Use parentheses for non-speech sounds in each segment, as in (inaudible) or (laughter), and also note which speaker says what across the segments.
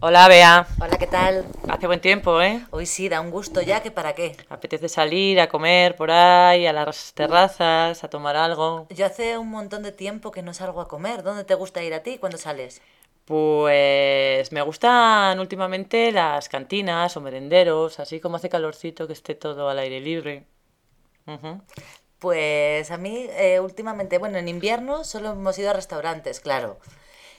Speaker 1: Hola, Bea.
Speaker 2: Hola, ¿qué tal?
Speaker 1: Hace buen tiempo, ¿eh?
Speaker 2: Hoy sí, da un gusto ya, que para qué.
Speaker 1: Apetece salir a comer por ahí, a las terrazas, a tomar algo.
Speaker 2: Yo hace un montón de tiempo que no salgo a comer. ¿Dónde te gusta ir a ti cuando sales?
Speaker 1: Pues me gustan últimamente las cantinas o merenderos, así como hace calorcito que esté todo al aire libre. Ujú.
Speaker 2: Pues a mí eh, últimamente, bueno, en invierno solo hemos ido a restaurantes, claro.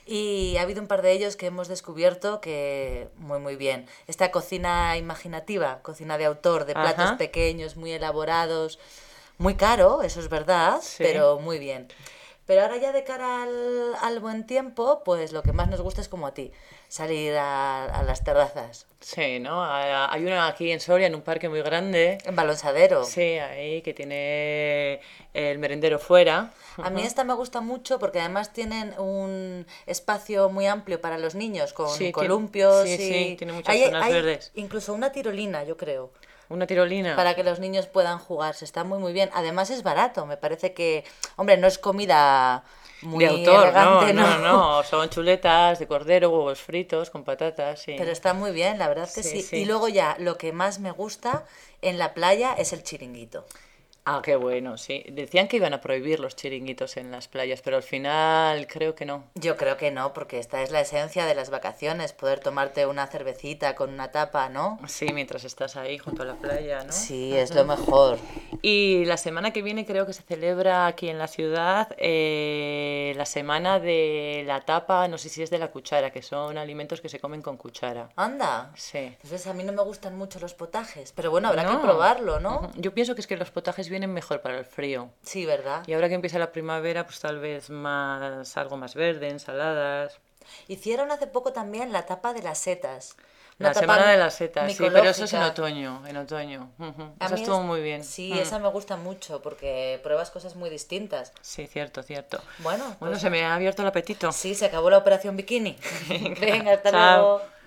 Speaker 2: Y ha habido un par de ellos que hemos descubierto que muy muy bien. Esta cocina imaginativa, cocina de autor, de platos
Speaker 1: Ajá.
Speaker 2: pequeños, muy elaborados, muy caro, eso es verdad,
Speaker 1: Sí.
Speaker 2: pero muy bien. Pero ahora ya de cara al, al buen tiempo, pues lo que más nos gusta es como a ti, salir a, a las terrazas,
Speaker 1: Sí, ¿no? A- Hay una aquí en Soria, en un parque muy grande.
Speaker 2: en balonsadero.
Speaker 1: Sí, ahí que tiene el merendero fuera.
Speaker 2: A mí esta me gusta mucho porque además tienen un espacio muy amplio para los niños con
Speaker 1: Sí, tiene-
Speaker 2: columpios
Speaker 1: sí,
Speaker 2: y
Speaker 1: sí, tiene muchas zonas verdes. Ah.
Speaker 2: Incluso una tirolina, yo creo,
Speaker 1: Una tirolina.
Speaker 2: para que los niños puedan jugarse. Está muy muy bien. Además es barato, me parece que, hombre, no es comida muy
Speaker 1: de autor,
Speaker 2: elegante,
Speaker 1: no, no, no, son chuletas de cordero, huevos fritos con patatas, sí.
Speaker 2: (laughs) Pero está muy bien, la verdad que
Speaker 1: Sí,
Speaker 2: sí,
Speaker 1: sí.
Speaker 2: Y luego ya lo que más me gusta en la playa es el chiringuito.
Speaker 1: Ah, qué bueno, sí. Decían que iban a prohibir los chiringuitos en las playas, pero al final creo que no.
Speaker 2: Yo creo que no, porque esta es la esencia de las vacaciones, poder tomarte una cervecita con una tapa, ¿no?
Speaker 1: Sí, mientras estás ahí junto a la playa, ¿no?
Speaker 2: Sí, es lo mejor.
Speaker 1: Y la semana que viene creo que se celebra aquí en la ciudad eh, la semana de la tapa, no sé si es de la cuchara, que son alimentos que se comen con cuchara.
Speaker 2: Anda.
Speaker 1: Sí.
Speaker 2: Pues ves, a mí no me gustan mucho los potajes, pero bueno, habrá
Speaker 1: No.
Speaker 2: que probarlo, ¿no?
Speaker 1: Ujú. Yo pienso que es que los potajes vienen mejor para el frío.
Speaker 2: Sí, ¿verdad?
Speaker 1: Y ahora que empieza la primavera, pues tal vez más algo más verde, ensaladas.
Speaker 2: Hicieron hace poco también la tapa de las setas. Una
Speaker 1: La
Speaker 2: tapa
Speaker 1: semana de las setas, sí, pero eso es en
Speaker 2: micológica.
Speaker 1: otoño, en otoño. Ujú.
Speaker 2: A
Speaker 1: Esa
Speaker 2: mí
Speaker 1: estuvo
Speaker 2: es-
Speaker 1: muy bien.
Speaker 2: Sí,
Speaker 1: Mm.
Speaker 2: esa me gusta mucho porque pruebas cosas muy distintas.
Speaker 1: Sí, cierto, cierto.
Speaker 2: Bueno,
Speaker 1: Bueno,
Speaker 2: pues-
Speaker 1: se me ha abierto el apetito. (laughs)
Speaker 2: sí, se acabó la operación bikini. Venga, hasta
Speaker 1: Chao.
Speaker 2: luego.